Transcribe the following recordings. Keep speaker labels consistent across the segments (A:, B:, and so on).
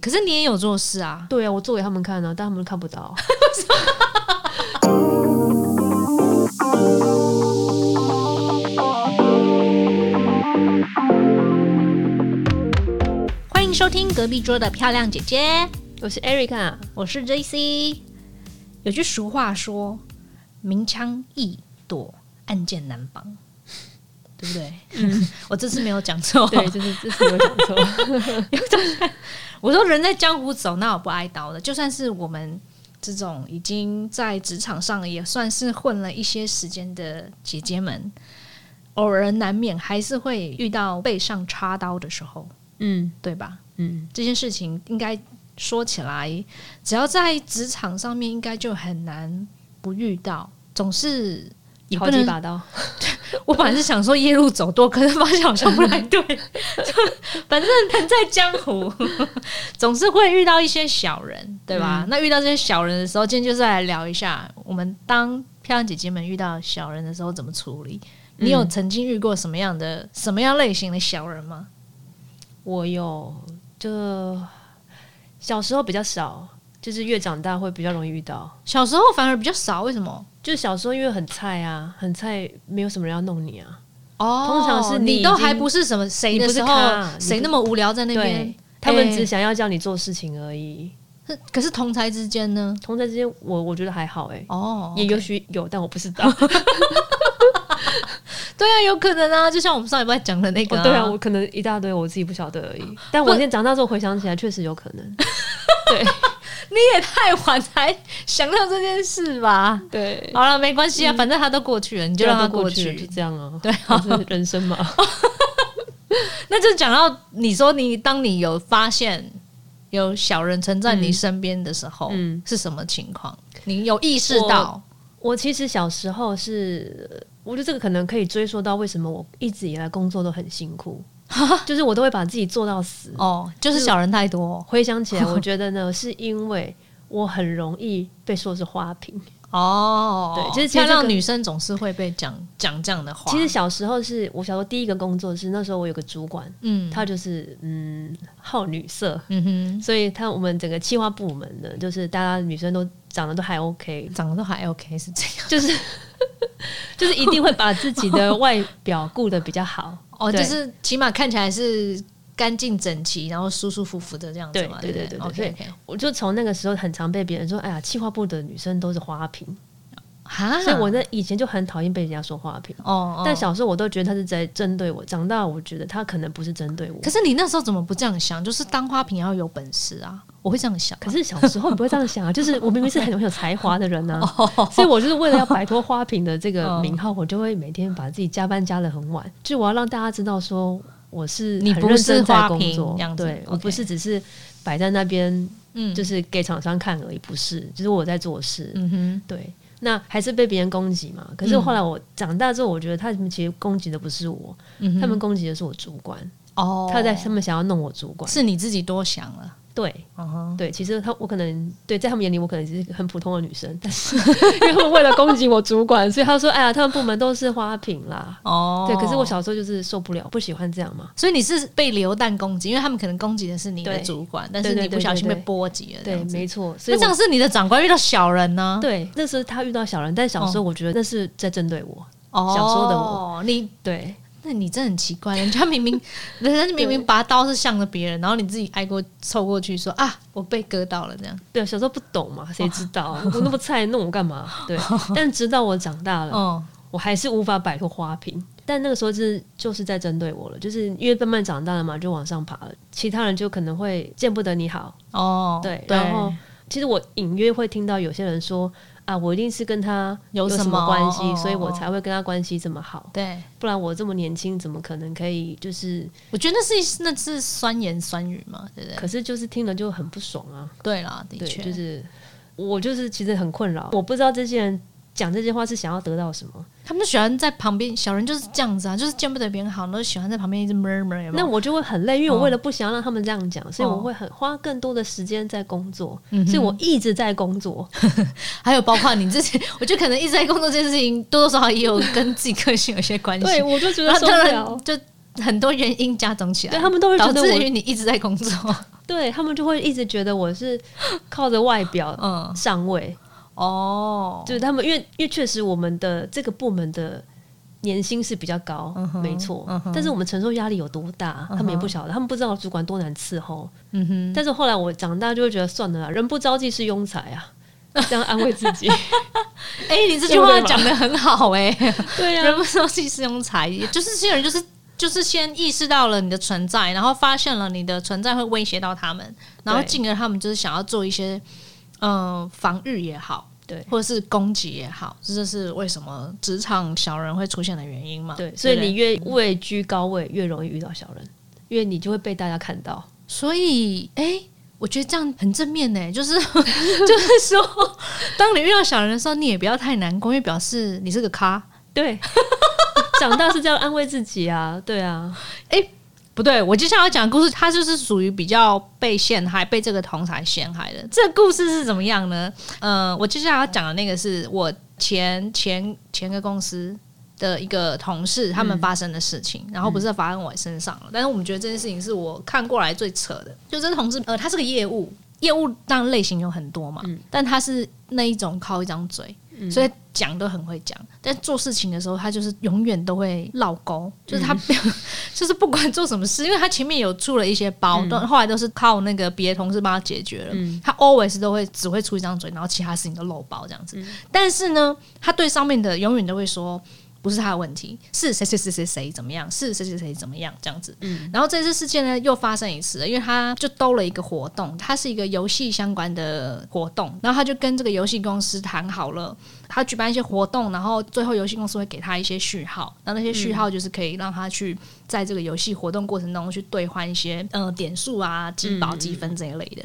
A: 可是你也有做事啊，
B: 对啊，我做给他们看啊，但他们看不到。
A: 欢迎收听隔壁桌的漂亮姐姐，
B: 我是 Erica，
A: 我是 J C。有句俗话说：“明枪易躲，暗箭难防”，对不对？ 我这次没有讲错。
B: 对，就是这次我讲错。
A: 我说人在江湖走，那我不挨刀的。就算是我们这种已经在职场上也算是混了一些时间的姐姐们，偶尔难免还是会遇到背上插刀的时候，
B: 嗯
A: 对吧？
B: 嗯，
A: 这件事情应该说起来，只要在职场上面，应该就很难不遇到，总是。也
B: 好
A: 不
B: 几
A: 能，
B: 把刀。
A: 我本来是想说夜路走多，可是发现好像不太对。就反正人在江湖， 总是会遇到一些小人，对吧？那遇到这些小人的时候，今天就是来聊一下，我们当漂亮姐姐们遇到小人的时候怎么处理。你有曾经遇过什么样的、什么样类型的小人吗？
B: 我有，就小时候比较少，就是越长大会比较容易遇到。
A: 小时候反而比较少，为什么？
B: 就是小时候因为很菜啊，很菜，没有什么人要弄你啊。
A: 哦，
B: 通常是你已
A: 你
B: 经
A: 都还不是什么谁的时候
B: 你不是咖，
A: 谁
B: 你不
A: 那么无聊在那边
B: 对？，他们
A: 哎
B: 只想要叫你做事情而已。
A: 可可是同才之间呢？
B: 同在之间，我我觉得还好哎、欸
A: 哦，
B: 也有许有，但我不知道。
A: 对啊，有可能啊，就像我们上礼拜讲的那个、
B: 哦，对啊，我可能一大堆我自己不晓得而已。但我现在长大之后回想起来，确实有可能。
A: 你也太晚才想到这件事吧？
B: 对，
A: 好了，没关系啊，反正它都过去了，你就
B: 就
A: 让它
B: 它
A: 过
B: 过
A: 去。
B: 去了，就这样啊。
A: 对
B: 啊，是人生 嘛。
A: 那就讲到你说你，当你有发现有小人存在你身边的时候，
B: 嗯
A: 是什么情况？你有意识到？
B: 我其实小时候是，我觉得这个可能可以追溯到为什么我一直以来工作都很 辛苦，就是我都会把自己做到死。
A: 哦，就是小人太多哦
B: 回想起 来，我觉得呢，是因为我很容易被说是花瓶。
A: 哦。
B: 对其实其
A: 漂
B: 实这个
A: 亮女生总是会被讲讲这样的话。
B: 其实小时候是我小时候第一个工作是那时候我有个主管，
A: 嗯，
B: 他就是嗯好女色，
A: 嗯哼，
B: 所以他我们整个企划部门的，就是大家女生都长得都还 OK，
A: 长得都还 OK 是这样
B: 就是就是一定会把自己的外表顾得比较好。
A: 哦，就
B: 对
A: 是起码看起来是干净整齐，然后舒舒服服的这样子嘛，
B: 对
A: 对
B: 对
A: 不
B: 对对
A: OK
B: 对
A: OK
B: 我就从那个时候很常被别人说，哎呀，企划部的女生都是花瓶，
A: 哈，
B: 所以我那以前就很讨厌被人家说花瓶。
A: 啊
B: 啊
A: 哦，哦
B: 但小时候我都觉得他是在针对我，长大我觉得他可能不是针对我
A: 可。是你那时候怎么不这样想？就是当花瓶要有本事啊，我会这样想啊。
B: 可是小时候你不会这 样想啊，就是我明明是很很有才华的人呐、
A: 哦
B: 所以我就是为了要摆脱花瓶的 这
A: 嗯
B: 个哦名号，我就会每天把自己加班加的很晚，就我要让大家知道说我是
A: 你
B: 很
A: 不
B: 认
A: 是
B: 真
A: 花
B: 在工
A: 瓶
B: 作
A: 这样，子
B: 对我
A: OK
B: 不是只是摆在那边
A: 嗯，
B: 就是是给厂商看而已，不是，就是我在做事，
A: 嗯哼，
B: 对。那还是被别人攻击嘛？可是后来我长大之后，我觉得他们其实攻击的不是我，
A: 嗯哼
B: 他们攻击的是我主管。
A: 哦，
B: 他在他们想要弄我主管，
A: 是你自己多想了。
B: 对，
A: 嗯哼，
B: 对，其实他我可能对在他们眼里我可能只是一个很普通的女生，但 是因为他们为了攻击我主管，所以他说：“哎呀，他们部门都是花瓶啦。
A: 哦，
B: 对，可是我，小时候就是受不了，不喜欢这样嘛。
A: 所以你是被流弹攻击，因为他们可能攻击的是你的
B: 对
A: 主管，但是
B: 对对
A: 你不
B: 对
A: 小心被
B: 对
A: 波及了，这
B: 对，
A: 样子
B: 没错。所以
A: 那这样
B: 我
A: 是你的长官遇到小人呢？
B: 对，那时候他遇到小人，但小时候我觉得那是在针对我。
A: 哦，
B: 小时候的
A: 我，你
B: 对，
A: 那你真的很奇怪，人家明明 人家明明拔刀是向着别人，然后你自己挨过凑过去说啊，我被割到了这样。
B: 对，小时候不懂嘛，谁知道啊我那么菜，弄我干嘛？ 对，但直到我长大了，
A: 哦，
B: 我还是无法摆脱花瓶。但那个时候就是就是在针对我了，就是因为慢慢长大了嘛，就往上爬了，其他人就可能会见不得你好，
A: 哦，
B: 对，
A: 对，
B: 然后其实我隐约会听到有些人说啊，我一定是跟他
A: 有
B: 什
A: 什么
B: 关系，
A: 哦
B: 所以我才会跟他关系这么好，
A: 对，
B: 不然我这么年轻，怎么可能可以就是？
A: 我觉得那是那是酸言酸语嘛，对不对？
B: 可是就是听了就很不爽啊，
A: 对啦，的
B: 对，
A: 确，
B: 就是我就是其实很困扰，我不知道这些人讲这些话是想要得到什么，
A: 他们就喜欢在旁边，小人就是这样子啊，就是见不得别人好，然后喜欢在旁边一直 murmur，有没
B: 那
A: 有？
B: 我就会很累，因为我
A: 哦
B: 为了不想要让他们这样讲，所以
A: 哦
B: 我会很花更多的时间在工作，
A: 嗯哼
B: 所以我一直在工作，
A: 还有包括你自己， 我觉得可能一直在工作这件事情，多多少少也有跟自己个性有些关系。
B: 对我 就觉得
A: 然后
B: 受不
A: 当
B: 了
A: 然。就很多原因加总起来，
B: 啊对他们都会觉
A: 导
B: 得
A: 致
B: 我
A: 于你一直在工作。
B: 对他们就会一直觉得我是靠着外 表
A: 嗯，
B: 上位，
A: 哦，
B: 就是他们因为因为确实我们的这个部门的年薪是比较高，
A: 嗯哼
B: 没错，
A: 嗯哼
B: 但是我们承受压力有多大，他们也
A: 嗯
B: 不
A: 哼
B: 晓得，他们不知道主管多难伺候。
A: 嗯哼，
B: 但是后来我长大就会觉得算了啦，人不招忌是庸才啊。这样安慰自 己，
A: 哎、你这句话讲的很好哎、
B: 啊对啊呀、
A: 人不知道自己是庸才，就是这些人就是就是先意识到了你的存在，然后发现了你的存在会威胁到他们，然后
B: 对
A: 进而他们就是想要做一些嗯、呃防御也好，
B: 对
A: 或者是攻击也好，这就是为什么职场小人会出现的原因嘛。
B: 对，所以
A: 不
B: 你越位居高位，越容易遇到小人，因为你就会被大家看到。
A: 所以，哎、我觉得这样很正面呢、 就是就是说，当你遇到小人的时候，你也不要太难过，因为表示你是个咖。
B: 对， 长大是这样安慰自己啊，对啊，
A: 不对，我接下来要讲的故事，它就是属于比较被陷害、被这个同才陷害的。这个故事是怎么样呢？呃，我接下来要讲的那个是我前前前个公司的一个同事他们发生的事情，然后不是发生我身上了，但是我们觉得这件事情是我看过来最扯的。就这个同事，呃，他是个业务，业务当然类型有很多嘛，但他是那一种靠一张嘴，所以讲都很会讲，但做事情的时候他就是永远都会绕沟，就是他、就是不管 做什么事，因为他前面有出了一些包，都、后来都是靠那个别的同事帮他解决了，他 always 都会只会出一张嘴，然后其他事情都漏包这样子。但是呢，他对上面的永远都会说。不是他的问题，是谁谁谁谁谁怎么样，是谁谁谁怎么样这样子。然后这次事件呢又发生一次了，因为他就兜了一个活动，它是一个游戏相关的活动，然后他就跟这个游戏公司谈好了，他举办一些活动，然后最后游戏公司会给他一些序号，那那些序号就是可以让他去在这个游戏活动过程当中去兑换一些呃点数啊、积宝、积分这一类的。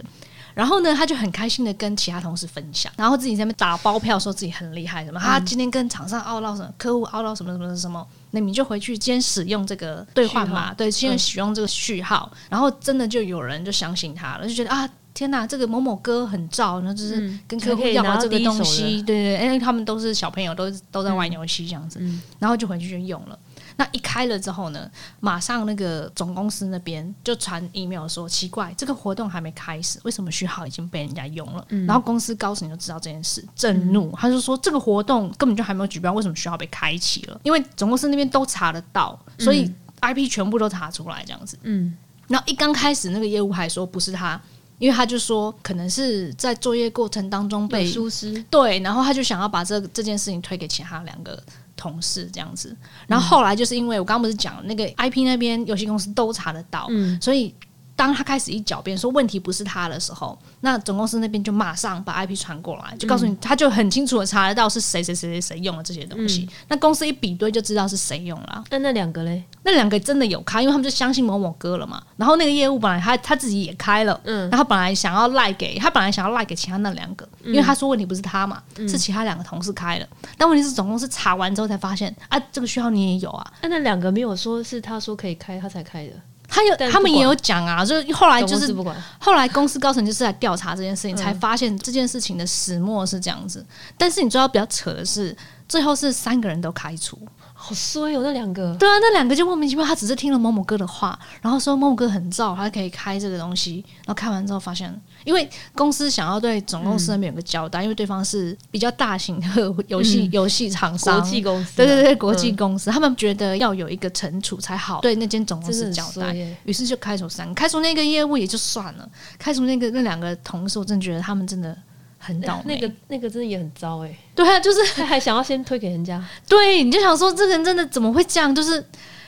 A: 然后呢，他就很开心的跟其他同事分享，然后自己在那边打包票，说自己很厉害什么。他今天跟厂商凹到什么，客户凹到什么什么什么，那你就回去先使用这个兑换
B: 序
A: 码，对，先使用这个序号。然后真的就有人就相信他了，就觉得啊，天哪，这个某某哥很照，然后就是跟客户要这个东
B: 就可以
A: 西，对对，对因为他们都是小朋友，都都在玩游戏这样子，然后就回去就用了。那一开了之后呢，马上那个总公司那边就传 email 说，奇怪，这个活动还没开始，为什么序号已经被人家用了？然后公司高层就知道这件事，震怒，他就说这个活动根本就还没有举办，为什么序号被开启了？因为总公司那边都查得到，所以 IP 全部都查出来这样子。
B: 嗯，
A: 然后一刚开始那个业务还说不是他，因为他就说可能是在作业过程当中
B: 被
A: 被
B: 疏失，
A: 对，然后他就想要把这这件事情推给其他两个同事这样子。然后后来就是因为我刚刚不是讲那个 IP 那边游戏公司都查得到，
B: 嗯
A: 所以当他开始一狡辩说问题不是他的时候，那总公司那边就马上把 IP 传过来，就告诉你，他就很清楚的查得到是谁谁谁谁谁用了这些东西。那公司一比对就知道是谁用了啊、
B: 那那两个嘞，
A: 那两个真的有开，因为他们就相信某某哥了嘛。然后那个业务本来他他自己也开了，
B: 嗯
A: 然后本来想要赖给他本来想要赖给其他那两个，
B: 嗯
A: 因为他说问题不是他嘛，是其他两个同事开的。但问题是总公司查完之后才发现啊，这个序号你也有啊。
B: 那那两个没有说是他说可以开，他才开的，
A: 他有
B: 但不
A: 他们也
B: 管
A: 有讲啊，就是后来
B: 总
A: 就
B: 公司
A: 是
B: 不管，
A: 后来公司高层就是来调查这件事情，
B: 嗯
A: 才发现这件事情的始末是这样子。但是你知道比较扯的是，最后是三个人都开除。
B: 好衰哦，那两个，
A: 对啊，那两个就莫名其妙，他只是听了某某哥的话，然后说某某哥很燥，他可以开这个东西，然后开完之后发现，嗯因为公司想要对总公司那边有个交代，因为对方是比较大型的游戏、游戏厂商，
B: 嗯国际公司啊，
A: 对对对，国际公司，他们觉得要有一个惩处才好对那间总公
B: 真的
A: 司
B: 很
A: 交
B: 衰
A: 代，
B: 耶，
A: 于是就开除三个，开除那个业务也就算了，开除那个那两个同事，我真的觉得他们真的很倒霉。
B: 那个那个真的也很糟哎，
A: 对啊，就是
B: 他还想要先推给人家，
A: 对，你就想说这个人真的怎么会这样？就是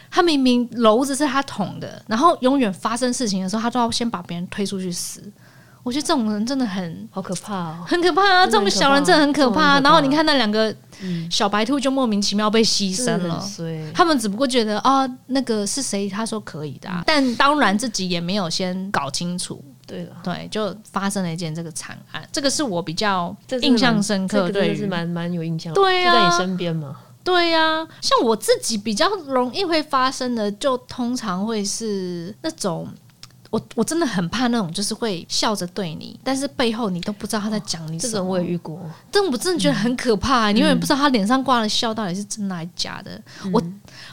A: 他明明篓子是他捅的，然后永远发生事情的时候，他都要先把别人推出去死。我觉得这种人真的很
B: 好可怕 哦，
A: 很可怕啊！这
B: 真
A: 种
B: 的很可怕
A: 小人真的很可怕、啊
B: 这种很可怕
A: 然后你看那两个
B: 嗯
A: 小白兔就莫名其妙被牺牲
B: 真的
A: 了
B: 很。衰，
A: 他们只不过觉得啊、那个是谁？他说可以的、
B: 嗯
A: 啊，但当然自己也没有先搞清楚，
B: 对了，
A: 对，就发生了一件这个惨案。这个是我比较
B: 这真的
A: 印象
B: 蛮
A: 深
B: 这
A: 刻，
B: 个
A: 对
B: 真
A: 于
B: 的是蛮蛮有印象的，
A: 对
B: 就
A: 啊
B: 在你身边嘛，
A: 对呀、像我自己比较容易会发生的，就通常会是那种。我我真的很怕那种，就是会笑着对你，但是背后你都不知道他在讲你
B: 这
A: 什
B: 种
A: 么。
B: 我也遇过，
A: 但我真的觉得很可怕、你永远不知道他脸上挂的笑到底是真的还是假的。我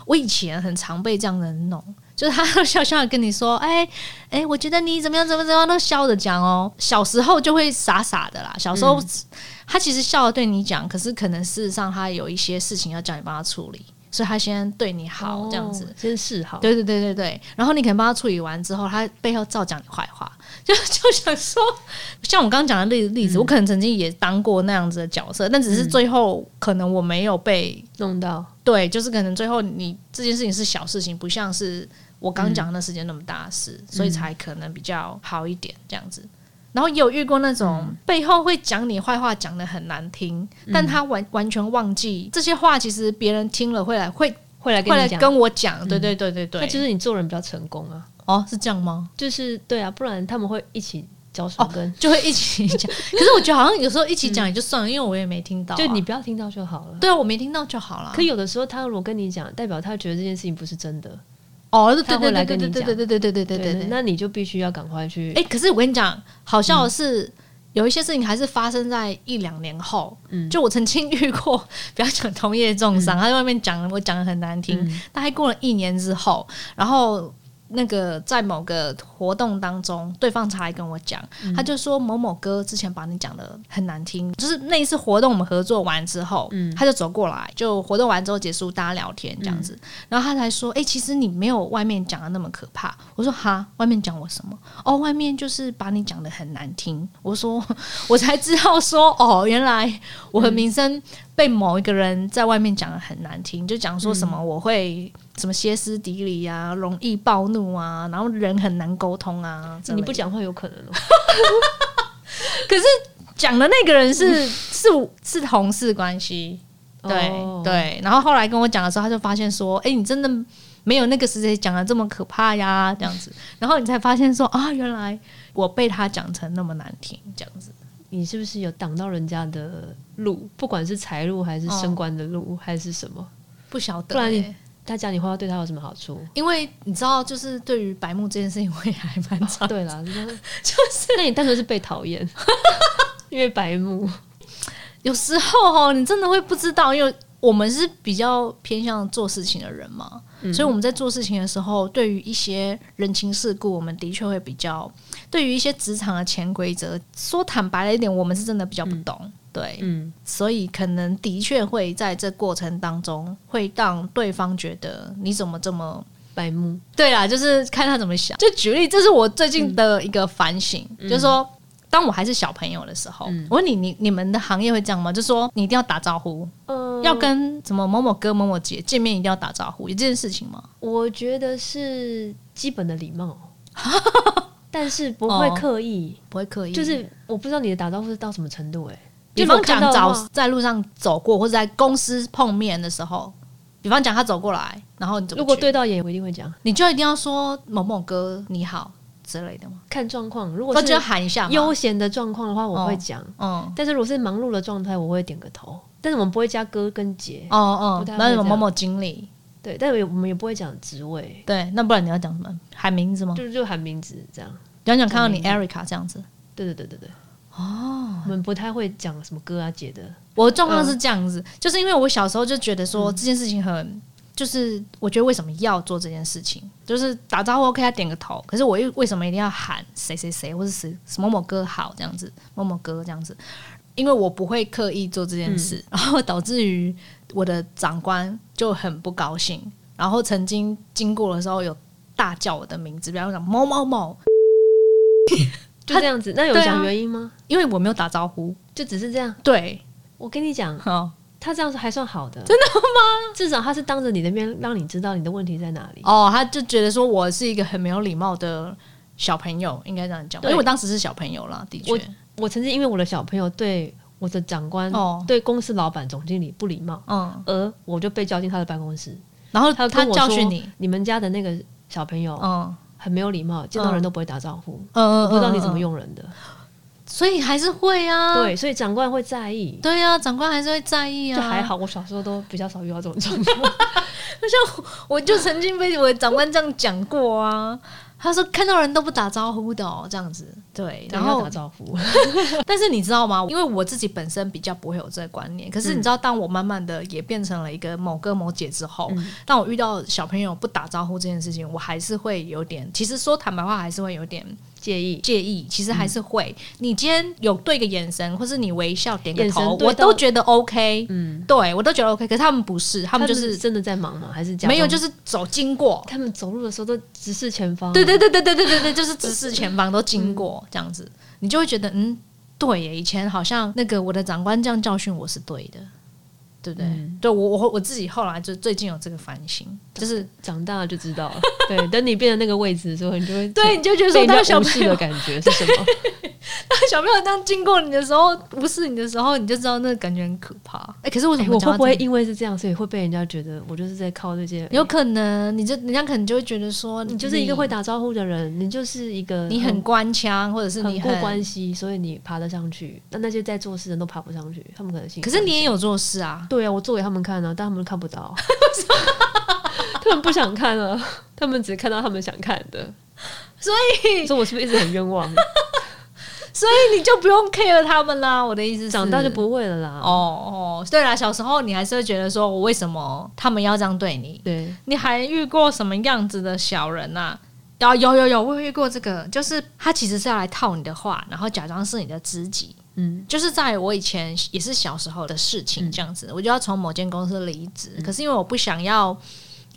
A: 我以前很常被这样的人弄，就是他要笑笑的跟你说， 哎、哎、我觉得你怎么样怎么怎么样，都笑着讲哦。小时候就会傻傻的啦，小时候、他其实笑着对你讲，可是可能事实上他有一些事情要叫你帮他处理，所以他先对你好这样子。
B: 哦先示好。
A: 对对对对对，然后你可能帮他处理完之后，他背后照讲你坏话， 就就想说，像我刚刚讲的例例
B: 嗯
A: 子，我可能曾经也当过那样子的角色，但只是最后可能我没有被
B: 弄到
A: 对，就是可能最后你这件事情是小事情，不像是我刚讲的那事件那么大的事，
B: 嗯
A: 所以才可能比较好一点这样子。然后也有遇过那
B: 嗯
A: 种背后会讲你坏话，讲的很难听，但他完完全忘记这些话，其实别人听了会来会
B: 会来
A: 会
B: 跟
A: 来
B: 你讲，嗯
A: 跟我讲，对对对对对，
B: 那就是你做人比较成功啊。
A: 哦是这样吗？
B: 就是对啊，不然他们会一起嚼舌根，
A: 就会一起讲，可是我觉得好像有时候一起讲也就算了，因为我也没听到啊、
B: 就你不要听到就好了。
A: 对啊，我没听到就好了。
B: 可有的时候他如果跟你讲，代表他觉得这件事情不是真的，
A: 哦，对
B: 他
A: 对
B: 会
A: 对
B: 来
A: 对
B: 跟
A: 对
B: 你
A: 对
B: 讲
A: 对对对对对对对。
B: 那你就必须要赶快去。
A: 哎、可是我跟你讲，好笑
B: 嗯
A: 的是，有一些事情还是发生在一两年后。
B: 嗯
A: 就我曾经 遇过，不要讲同业重伤，他在外面讲，我讲的很难听。
B: 嗯
A: 大概过了一年之后，然后那个在某个活动当中，对方才来跟我讲，
B: 嗯
A: 他就说某某哥之前把你讲的很难听，就是那一次活动我们合作完之后，
B: 嗯
A: 他就走过来，就活动完之后结束，大家聊天这样子，然后他才说，哎、其实你没有外面讲的那么可怕。我说哈，外面讲我什么？哦，外面就是把你讲的很难听。我说 我才知道说，哦，原来我的名声被某一个人在外面讲的很难听，就讲说什
B: 嗯
A: 么我会。什么歇斯底里啊，容易暴怒啊，然后人很难沟通啊。之类
B: 你
A: 的
B: 不讲话有可能哦，
A: 讲的那个人是是是同事关系，对、
B: 哦，
A: 对。然后后来跟我讲的时候，他就发现说：“哎、你真的没有那个谁谁讲的这么可怕呀，这样子。”然后你才发现说：“啊，原来我被他讲成那么难听，这样子。
B: 你是不是有挡到人家的路？不管是财路还是升官的
A: 哦
B: 路、还是什么，”
A: 不晓得、
B: 不然你
A: 欸
B: 他讲你坏话对他有什么好处？
A: 因为你知道，就是对于白目这件事情，我也还蛮常
B: 对啦， 就是那你单纯是被讨厌，因为白目。
A: 有时候哦，你真的会不知道，因为我们是比较偏向做事情的人嘛，所以我们在做事情的时候，对于一些人情世故，我们的确会比较对于一些职场的潜规则，说坦白了一点，我们是真的比较不懂。对，
B: 嗯，
A: 所以可能的确会在这过程当中，会让对方觉得你怎么这么
B: 白目，
A: 对啦，就是看他怎么想。就举例，这是我最近的一个反省，
B: 嗯
A: 就是说，当我还是小朋友的时候，我问你，你你们的行业会这样吗？就说你一定要打招呼，
B: 呃
A: 要跟什么某某哥、某某姐见面一定要打招呼，有这件事情吗？
B: 我觉得是基本的礼貌， 但是不会
A: 哦嗯
B: 刻意。
A: 不会刻意，
B: 就是我不知道你的打招呼是到什么程度、欸，哎，
A: 比方讲早
B: 早
A: 在路上走过，或者在公司碰面的时候，比方讲他走过来，然后你怎么
B: 如果
A: 去
B: 对到眼，我一定会讲，
A: 你就一定要说某某哥你好之类的吗？
B: 看状况。如
A: 我
B: 果
A: 就要
B: 是
A: 喊一下嘛，
B: 悠闲的状况的话，我会讲；
A: 嗯。
B: 但是如果是忙碌的状态，我会点个头。但是我们不会加哥跟姐，
A: 哦哦
B: 不，太会
A: 那什么
B: 这样
A: 某某经理，
B: 对，但我们也不会讲职位，
A: 对，那不然你要讲什么？喊名字吗？
B: 就就喊名字这样。
A: 讲讲看到你
B: 明
A: Erica 这样子。
B: 对对对对对。哦，我们不太会讲什么哥啊姐的，
A: 我的状况是这样子，就是因为我小时候就觉得说这件事情很，就是我觉得为什么要做这件事情，就是打招呼 OK，他点个头，可是我又为什么一定要喊谁谁谁或是谁某某哥好这样子，某某哥这样子，因为我不会刻意做这件事，然后导致于我的长官就很不高兴，然后曾经经过的时候有大叫我的名字，比方讲某某某，
B: 就这样子。那有
A: 对啊
B: 讲原因吗？
A: 因为我没有打招呼，
B: 就只是这样。
A: 对，哦
B: 我跟你讲，
A: 好。
B: 他这样子还算好的，真的吗？至少他是当着你的面让你知道你的问题在哪里。
A: 哦，他就觉得说我是一个很没有礼貌的小朋友，应该这样讲吧，因
B: 对
A: 为我当时是小朋友啦，的确。
B: 我曾经因为我的小朋友对我的长官、
A: 哦，
B: 对公司老板、总经理不礼貌，
A: 嗯，
B: 而我就被叫进他的办公室，
A: 然后
B: 他
A: 他
B: 跟我
A: 教
B: 说
A: 训你，
B: 你们家的那个小朋友
A: 嗯
B: 很没有礼貌，见到人都不会打招呼，
A: 嗯嗯，
B: 我不知道
A: 嗯
B: 你怎么，
A: 嗯
B: 用人的。
A: 所以还是会啊，
B: 对，所以长官会在意。
A: 对啊，长官还是会在意啊，
B: 就还。好，我小时候都比较少遇 到这种状况。
A: 我就曾经被我的长官这样讲过啊，他说看到人都不打招呼的哦，这样子。对，然后
B: 打招呼，
A: 但是你知道吗？因为我自己本身比较不会有这个观念，可是你知道，当我慢慢的也变成了一个某哥某姐之后，
B: 嗯
A: 当我遇到小朋友不打招呼这件事情，我还是会有点，其实说坦白话，还是会有点
B: 介意。
A: 介意，其实还是会。
B: 嗯
A: 你今天有对个眼神，或是你微笑点个
B: 眼神
A: 头，
B: 对
A: 我
B: 到
A: 都觉得 OK，
B: 嗯，
A: 对我都觉得 OK。可是他们不是，他们就是
B: 真的在忙吗？还是假
A: 没有，
B: 装
A: 就是走经过。
B: 他们走路的时候都直视前方。啊
A: 对对，对对对对对对，就是直视前方都经过这样子，你就会觉得嗯，对耶，以前好像那个我的长官这样教训我是对的，对不对？
B: 嗯
A: 对我我我自己后来就最近有这个反省，就是
B: 长大了就知道了。 对，等你变成那个位置的时候，你就会
A: 对，你就觉得
B: 被
A: 说
B: 人
A: 当
B: 家
A: 小
B: 无
A: 朋
B: 视
A: 友
B: 的感觉 是什么？
A: 小朋友当经过你的时候，无视你的时候，你就知道那个感觉很可怕。哎、可是为什
B: 哎
A: 么
B: 我
A: 讲
B: 会
A: 到
B: 不会
A: 这个？
B: 因为是这样，所以会被人家觉得我就是在靠这些？
A: 有可能，你就人家可能就会觉得说，
B: 你就是一个会打招呼的人，嗯你就是一个
A: 你很官腔，或者是
B: 很
A: 你
B: 过关系，所以你爬得上去。那那些在做事的人都爬不上去，他们可能心里
A: 可是你也
B: 想
A: 有做事啊，
B: 对啊，我做给他们看啊，但他们看不 到，他们不想看啊，他们只看到他们想看的。
A: 所
B: 以，说我 是不是一直很冤枉？
A: 所以你就不用 care 他们啦。我的意思是，
B: 长大就不会了啦。
A: 哦哦，对啦，小时候你还是会觉得说，我为什么他们要这样对你？
B: 对，
A: 你还遇过什么样子的小人呐、啊？有有有，我有遇过这个，就是他其实是要来套你的话，然后假装是你的知己，
B: 嗯，
A: 就是在我以前也是小时候的事情这样子，我就要从某间公司离职，可是因为我不想要。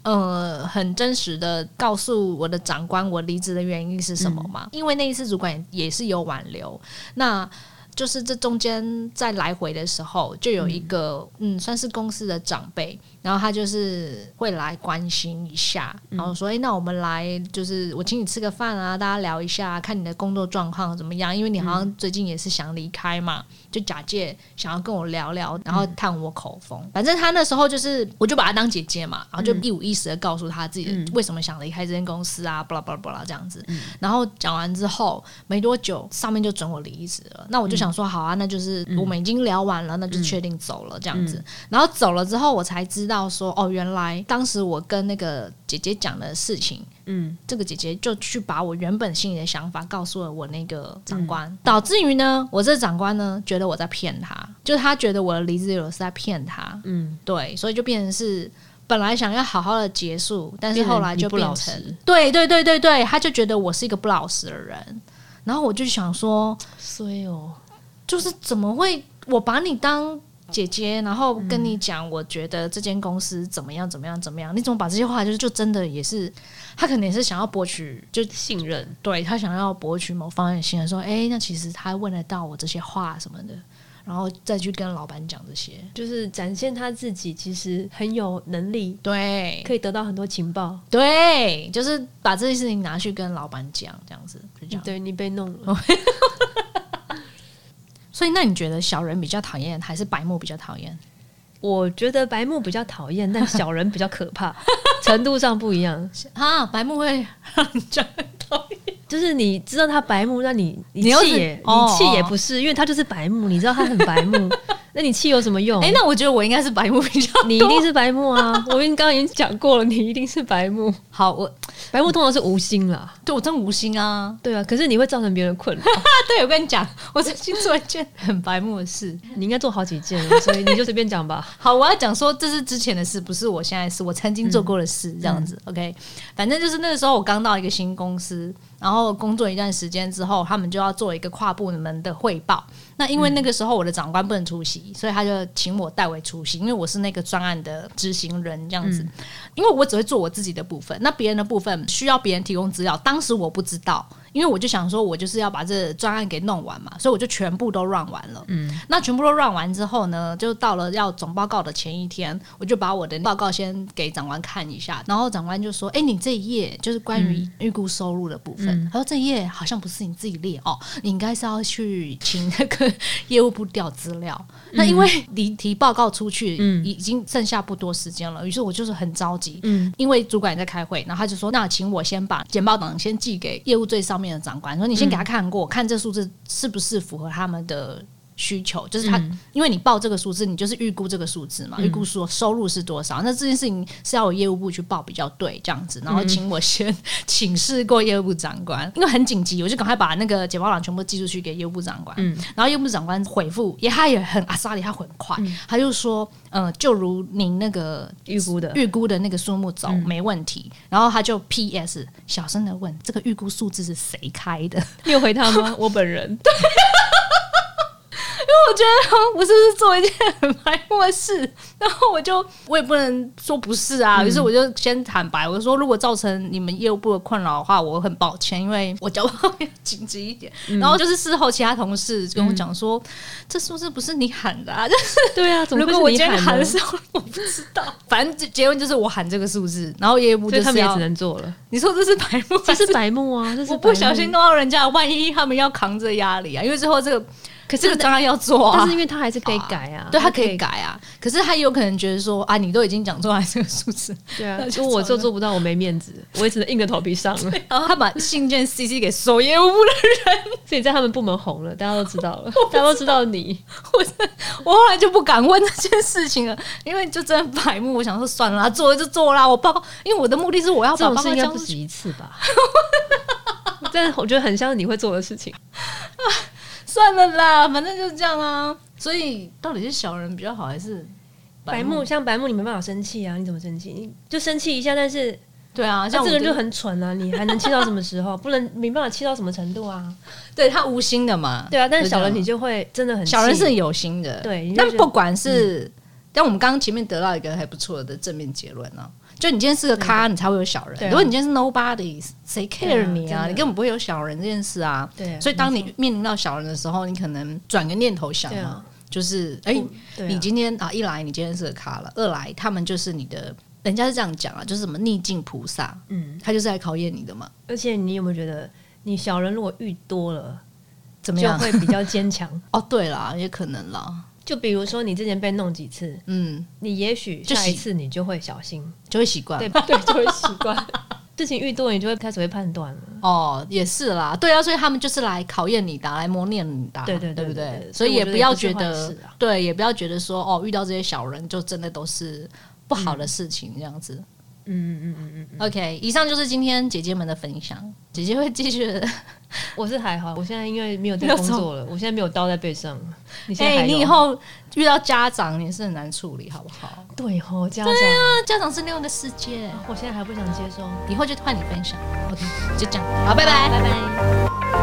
A: 呃，很真实的告诉我的长官我离职的原因是什么嘛？因为那一次主管也也是有挽留，那就是这中间在来回的时候，就有一个嗯算是公司的长辈，然后他就是会来关心一下，然后说：“哎、那我们来，就是我请你吃个饭啊，大家聊一下，看你的工作状况怎么样？因为你好像最近也是想离开嘛，就假借想要跟我聊聊，然后探我口风。反正他那时候就是，我就把他当姐姐嘛，然后就一五一十的告诉他自己的为什么想离开这间公司啊，巴拉巴拉巴拉这样子。然后讲完之后，没多久上面就准我离职了。那我就想说，好啊，那就是我们已经聊完了，那就确定走了这样子。然后走了之后，我才知道说，哦，原来当时我跟那个姐姐讲的事情，
B: 嗯，
A: 这个姐姐就去把我原本心里的想法告诉了我那个长官，导致于呢，我这长官呢觉得我在骗他，就他觉得我的离职理由是在骗他，
B: 嗯，
A: 对，所以就变成是。本来想要好好的结束，但是后来就
B: 变
A: 变
B: 成你不
A: 成
B: 老实
A: 对对对对对，他就觉得我是一个不老实的人，然后我就想说，
B: 衰哦，
A: 就是怎么会我把你当姐姐，然后跟
B: 嗯
A: 你讲，我觉得这间公司怎么样怎么样怎么样？你怎么把这些话就是就真的也是，他可能也是想要博取，就
B: 信任，
A: 对他想要博取某方面的信任，说哎、诶那其实他问得到我这些话什么的，然后再去跟老板讲这些。
B: 就是展现他自己其实很有能力，
A: 对
B: 可以得到很多情报。
A: 对，就是把这些事情拿去跟老板讲，这样子就这样。
B: 对你被弄了，
A: 所以那你觉得小人比较讨厌，还是白目比较讨厌？
B: 我觉得白目比较讨厌，但小人比较可怕， 程度上不一样。
A: 啊，白目会 让你这样讨厌。
B: 就是你知道他白目，那你你
A: 你又是
B: 气也
A: 哦
B: 你气也不是，因为他就是白目，你知道他很白 目，那你气有什么用？
A: 哎、那我觉得我应该是白目比较
B: 你一定是白目 啊！我跟你刚刚已经讲过了，你一定是白目。
A: 好，我
B: 白目通常是无心啦，
A: 对我真无心啊！
B: 对啊，可是你会造成别人困扰，
A: 啊，对，我跟你讲，我最近做一件很白目的事。
B: 你应该做好几件了，所以你就随便讲 吧。
A: 好，我要讲说这是之前的事，不是我现在的事，我曾经做过的事，这样子。OK，反正就是那个时候我刚到一个新公司，然后工作一段时间之后，他们就要做一个跨部门的汇报。那因为那个时候我的长官不能出席，所以他就请我代为出席，因为我是那个专案的执行人这样子。因为我只会做我自己的部分，那别人的部分需要别人提供资料，当时我不知道。因为我就想说，我就是要把这专案给弄完嘛，所以我就全部都 run 完了。嗯，那全部都 run 完之后呢，就到了要总报告的前一天，我就把我的报告先给长官看一下，然后长官就说：“哎、你这一页就是关于预估收入的部分，他说这一页好像不是你自己列哦，你应该是要去请那个 业务部调资料。那因为离题报告出去，
B: 嗯
A: 已经剩下不多时间了，于是我就是很着急，
B: 嗯
A: 因为主管也在开会，然后他就说：“那请我先把简报档
B: 嗯
A: 先寄给业务最上面的长官，说你先给他看过，看这数字是不是符合他们的需求，就是他、
B: 嗯
A: 因为你报这个数字，你就是预估这个数字嘛，预估说收入是多少。那这件事情是要有业务部去报比较对，这样子。
B: 嗯
A: 然后请我先 请示过业务部长官，因为很紧急，我就赶快把那个解包栏全部寄出去给业务部长官。
B: 嗯
A: 然后业务部长官回复也他也很阿萨里，他很快，他就说，呃，就如您那个呃
B: 预估的，
A: 预估的那个数目走、没问题。然后他就 P.S. 小声的问：“这个预估数字是谁开的？”
B: 你有回他吗？ 我本人，
A: 我觉得我是不是做一件很白目的事？然后我就我也不能说不是啊，于是我就先坦白，我说如果造成你们业务部的困扰的话，我很抱歉，因为我脚方面紧急一点。然后就是事后其他同事跟我讲说，这数字不是你喊的啊，
B: 对啊，怎么
A: 如
B: 会
A: 果我
B: 是
A: 今
B: 你
A: 天
B: 喊
A: 喊
B: 呢
A: 的时 候，我不知道。反正结论就是我喊这个数字，然后业务部
B: 所
A: 就
B: 以他
A: 是
B: 们也只
A: 要
B: 能做 了，
A: 你说这是白目
B: 这
A: 还
B: 是
A: 是？
B: 白目啊，这是
A: 我不
B: 白
A: 小
B: 目
A: 心弄到人家，万一他们要扛着压力啊，因为最后这 个可这个当然要做啊
B: 但是，因为他还是可以改 啊，
A: 对他可以改啊，可是他有可能觉得说啊，你都已经讲出来这个数字，
B: 对啊，
A: 那
B: 如
A: 就
B: 果我
A: 算
B: 做
A: 了
B: 做不到，我没面子，我也只能硬着头皮上了。
A: 然后他把信件 CC 给所有业务部的
B: 所以在他们部门红了，大家都知 道了，大家都知道你。
A: 人，我后来就不敢问这件事情了，因为就真的白目，我想说算了啦，做了就做啦，我报告，因为我的目的是我要
B: 这
A: 把
B: 种
A: 报
B: 事
A: 告
B: 应该
A: 交
B: 不
A: 出
B: 止
A: 去。
B: 一次 吧？但我觉得很像你会做的事情。
A: 算了啦，反正就是这样啊。所以到底是小人比较好还是
B: 白
A: 目？
B: 目像白目，你没办法生气啊！你怎么生气？你就生气一下，但是
A: 对啊，
B: 那
A: 像
B: 这
A: 我
B: 个人就很蠢啊！你还能气到什么时候？不能没办法气到什么程度 啊！
A: 对他无心的嘛，
B: 对啊，但是
A: 就这
B: 小
A: 样
B: 人你就会真的很气
A: 小人是有心的，
B: 对你就
A: 但
B: 觉得嗯
A: 不管是，但我们刚刚前面得到一个还不错的正面结论呢、就你今天是个咖，你才会有小人。
B: 对啊
A: 如果你今天是 nobody，谁
B: 对
A: care
B: 啊
A: 你
B: 真
A: 啊？
B: 的
A: 你根本不会有小人这件事啊。
B: 对啊
A: 所以当你面临到小人的时候，你可能转个念头想
B: 对
A: 嘛，
B: 啊
A: 就是哎、
B: 对啊
A: 你今天啊，一来你今天是个咖了，二来他们就是你的，人家是这样讲啊，就是什么逆境菩萨，
B: 嗯，
A: 他就是来考验你的嘛，
B: 而且你有没有觉得，你小人如果遇多了，
A: 怎么
B: 就
A: 样？
B: 会比较坚强？
A: 哦，对啦，也可能啦，
B: 就比如说你之前被弄几次，
A: 嗯，
B: 你也许
A: 就
B: 下
A: 习
B: 一次你就会小心，
A: 就会习惯了
B: 对。对，就会习惯。 事情遇多，你就会开始会判断了。
A: 哦，也是啦，对啊，所以他们就是来考验你的啊，来磨练你的啊，
B: 对对对
A: 对不
B: 对对对
A: 所以也不要觉
B: 所以我觉
A: 得，
B: 得也不是坏事啊
A: 对，也不要觉得说哦，遇到这些小人就真的都是不好的事情这样子。
B: 嗯嗯嗯嗯嗯，
A: OK，以上就是今天姐姐们的分享，姐姐会继 续。
B: 我是还好，我现在因为没有在
A: 没有
B: 工
A: 什么
B: 作了，我现在没有刀在背上。你现在
A: 哎、
B: 还有
A: 你以后遇到家长也是很难处理，好不好？
B: 对啊吼家长，
A: 那家长是另外一个世界，
B: 我现在还不想接受。
A: 以后就换你分享。OK，就这样，好，拜拜，拜拜。